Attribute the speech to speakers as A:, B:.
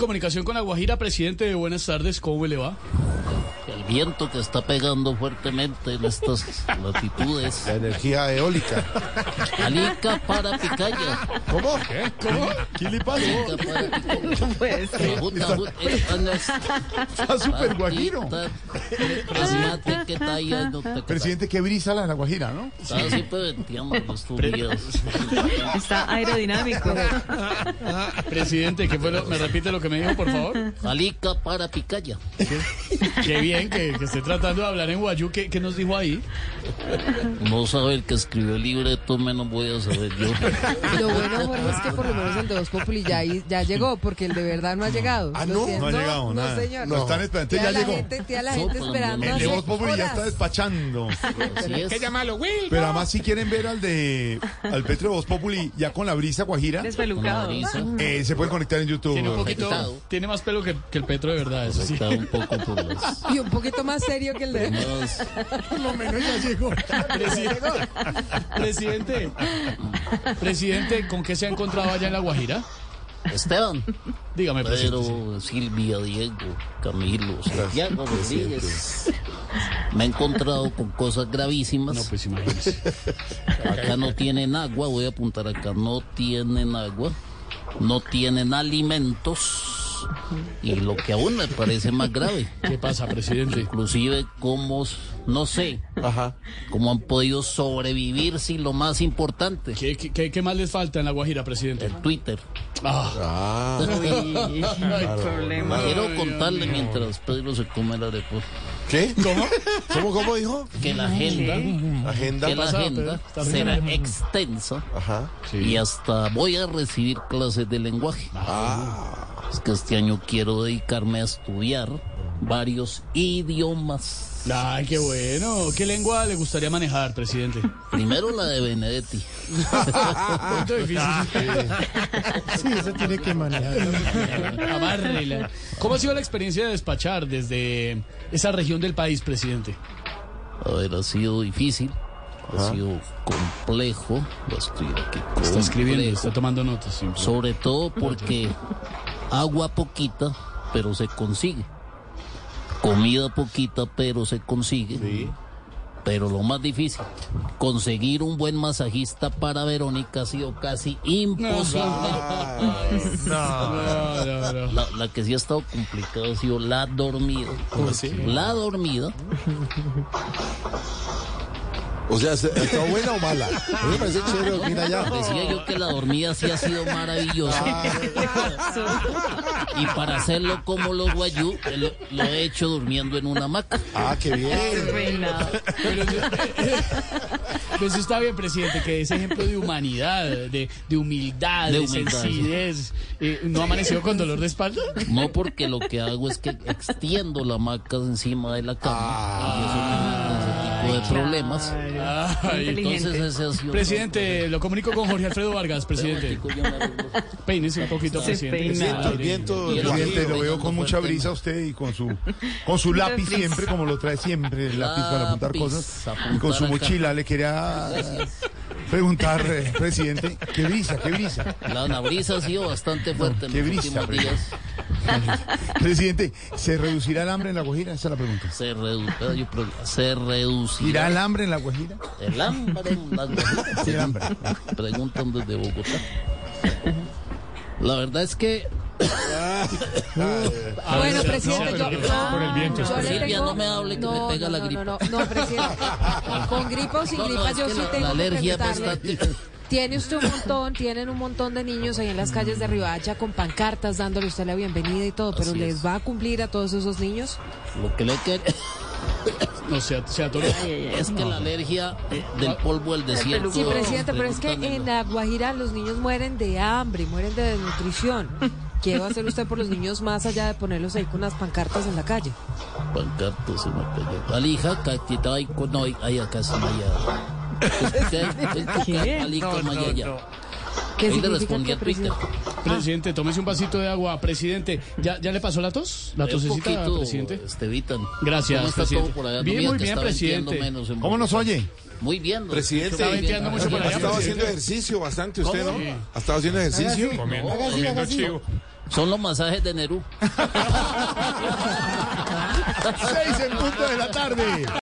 A: Comunicación con La Guajira, presidente, buenas tardes, ¿cómo le va?
B: El viento que está pegando fuertemente en estas latitudes.
C: La energía eólica.
B: Alica para Picaya.
C: ¿Cómo? ¿Qué? ¿Cómo? ¿Qué le pasa?
B: Alica para Picaya.
D: Pues,
B: Juta, juta, eh, anas,
C: Está súper guajiro.
B: patita, eh, asmate, que talla, no te- Ah,
C: Presidente, qué brisa la de la Guajira, ¿no?
B: Estaba siempre venteando los tubios.
D: Está aerodinámico.
A: Presidente, ¿qué fue lo- ¿me repite lo que me dijo, por favor?
B: Alica para Picaya.
A: Qué bien que, que esté tratando de hablar en Guayú, ¿qué, qué nos dijo ahí?
B: No sabe el que escribió el libreto, menos voy a saber yo.
E: Lo bueno, Jorge, es que por lo menos el de Voz Populi ya, ahí- ya llegó, porque el de verdad no ha llegado.
C: Ah,
E: Lo
C: no,
E: siento,
C: no ha
E: no,
C: llegado nada.
E: señor.
C: No están esperando,
E: Tiene
C: ya
E: a la
C: llegó.
E: Gente, tiene a la gente
B: Soplan,
E: esperando.
B: no.
C: El de
E: hace
C: Voz Populi ya está
E: horas.
C: despachando.
B: Así es.
C: Pero además si quieren ver al de al Petro de Voz Populi ya con la brisa Guajira,
B: Una
D: Despelucado.
B: brisa.
C: eh, se pueden conectar en YouTube.
A: Tiene un
B: Afectado.
A: poquito, tiene más pelo que, que el Petro de verdad, eso sí.
B: Está un poco por las
E: Y un poquito más serio que el de.
B: primeras
A: Por lo menos ya llegó. Presidente, presidente, presidente, ¿con qué se ha encontrado allá en La Guajira?
B: Esteban,
A: Dígame, presidente. Pues sí. Pues,
B: Pedro, Silvia, Diego, Camilo, Santiago, Rodríguez. Me he encontrado con cosas gravísimas.
A: No, pues imagínese.
B: Acá no tienen agua, voy a apuntar acá, no tienen agua, no tienen alimentos y lo que aún me parece más grave,
A: ¿Qué pasa, presidente?
B: inclusive cómo, s- no sé, cómo han podido sobrevivir sin lo más importante,
A: ¿Qué, qué- qué, qué más les falta en La Guajira, presidente?
B: el Twitter.
A: Ah,
D: Problema.
B: Quiero contarle mientras Pedro se come la arepa,
C: ¿Qué? ¿Cómo? ¿Cómo, cómo dijo?
B: que la agenda,
C: Agenda.
B: que la
A: pasado, Pedro?
B: agenda
A: Está
B: será
A: bien.
B: extensa.
C: Ajá.
B: Y hasta voy a recibir clases de lenguaje.
A: Ah.
B: Es que este año quiero dedicarme a estudiar varios idiomas.
A: ay, qué bueno. ¿Qué lengua le gustaría manejar, presidente?
B: Primero la de Benedetti.
A: Punto difícil. Sí, eso tiene que manejar. Amárrela. ¿Cómo ha sido la experiencia de despachar desde esa región del país, presidente?
B: A ver, ha sido difícil, ha sido complejo. Lo estoy aquí
A: Está escribiendo,
B: complejo.
A: está tomando notas. sí.
B: Sobre todo porque agua poquita, pero se consigue. Comida poquita, pero se consigue. Pero lo más difícil, conseguir un buen masajista para Verónica ha sido casi imposible.
A: No, no, no.
B: La, la que sí ha estado complicada ha sido la dormida.
C: así?
B: La dormida.
C: O sea, ¿está buena o mala? A mí me parece chévere dormir
B: Decía yo que la dormida sí ha sido maravillosa. Y para hacerlo como los guayú, eh, lo, lo he hecho durmiendo en una hamaca.
C: Ah, qué bien.
A: Pero eso, pero Pues eso está bien, presidente, que ese ejemplo de humanidad, de, de humildad, de,
B: De humildad, sí.
A: sencillez, eh, ¿no ha amanecido con dolor de espalda?
B: No porque lo que hago es que extiendo la hamaca encima de la cama. y eso genera ese tipo de problemas. Ah,
A: Ay.
B: Entonces ese ha sido
A: Presidente, lo comunico con Jorge Alfredo Vargas, presidente.
B: Yo me arreglo.
A: Peínese un poquito,
D: Se
A: presidente.
D: peina.
A: Está
D: El
A: bien.
B: Y el
C: Presidente, lo
B: guajiro
C: veo con mucha
B: fuerte.
C: brisa a usted y con su con su lápiz siempre, como lo trae siempre, el lápiz para apuntar
B: Lápiz,
C: cosas.
B: apuntar
C: Y con su
B: acá.
C: mochila le quería preguntar, eh, presidente, qué brisa, qué brisa.
B: La, la brisa ha sido bastante fuerte en
C: qué
B: los
C: brisa,
B: últimos
C: brisa.
B: días.
C: Presidente, ¿se reducirá el hambre en la Guajira? Esa es la pregunta.
B: Se, redu- ah, yo pre- se reducirá
C: ¿Irá el hambre en la Guajira?
B: el hambre en las mujeres.
C: Sí, el hambre.
B: Preguntan desde Bogotá. La verdad es que
E: Bueno, presidente,
A: no,
E: yo.
A: pero por el viento,
E: yo le
B: Silvia,
E: tengo-
B: no me hable que me pega la gripa.
E: No, no, no, no, presidente. Con gripa o sin
B: No, no,
E: gripa,
B: es
E: yo
B: que
E: sí
B: la-
E: tengo
B: la
E: que
B: alergia
E: preguntarle.
B: prostática.
E: Tiene usted un montón, tienen un montón de niños ahí en las calles de Ribacha con pancartas dándole usted la bienvenida y todo, pero
B: Así
E: ¿les
B: es.
E: va a cumplir a todos esos niños?
B: lo que le quer-
A: No, se, se atoró.
B: es que la alergia eh, del polvo del desierto.
E: Sí, presidente, pero es que en
B: Pregúntanle,
E: la Guajira los niños mueren de hambre, mueren de desnutrición. ¿Qué va a hacer usted por los niños más allá de ponerlos ahí con unas pancartas en la calle?
B: Pancarta se me cayó. Alija, cactita y conoi, ay acá se me halla. Alija, mayaya.
E: ¿Qué
B: Hoy le
E: significa
B: respondí
E: que,
B: a Twitter.
E: presidente?
A: Presidente, tómese un vasito de agua. Presidente, ¿ya, ya le pasó la tos? ¿La
B: Un
A: tosecita,
B: poquito,
A: presidente?
B: Estevitan.
A: Gracias,
B: ¿Cómo está
A: presidente.
B: todo por allá? No
A: Bien,
B: diga
A: muy
B: que
A: bien,
B: está venteando
A: presidente.
B: menos en
C: ¿Cómo nos
B: Bogotá.
C: oye?
B: Muy bien.
F: Presidente.
B: Está
A: venteando mucho por
F: Ha
A: allá,
F: estado
A: presidente.
F: haciendo ejercicio bastante usted,
A: ¿Cómo?
F: ¿no? Ha estado haciendo ejercicio.
C: Comiendo,
F: Haga así, haga así.
B: Son los masajes de Nerú.
C: Seis en punto de la tarde.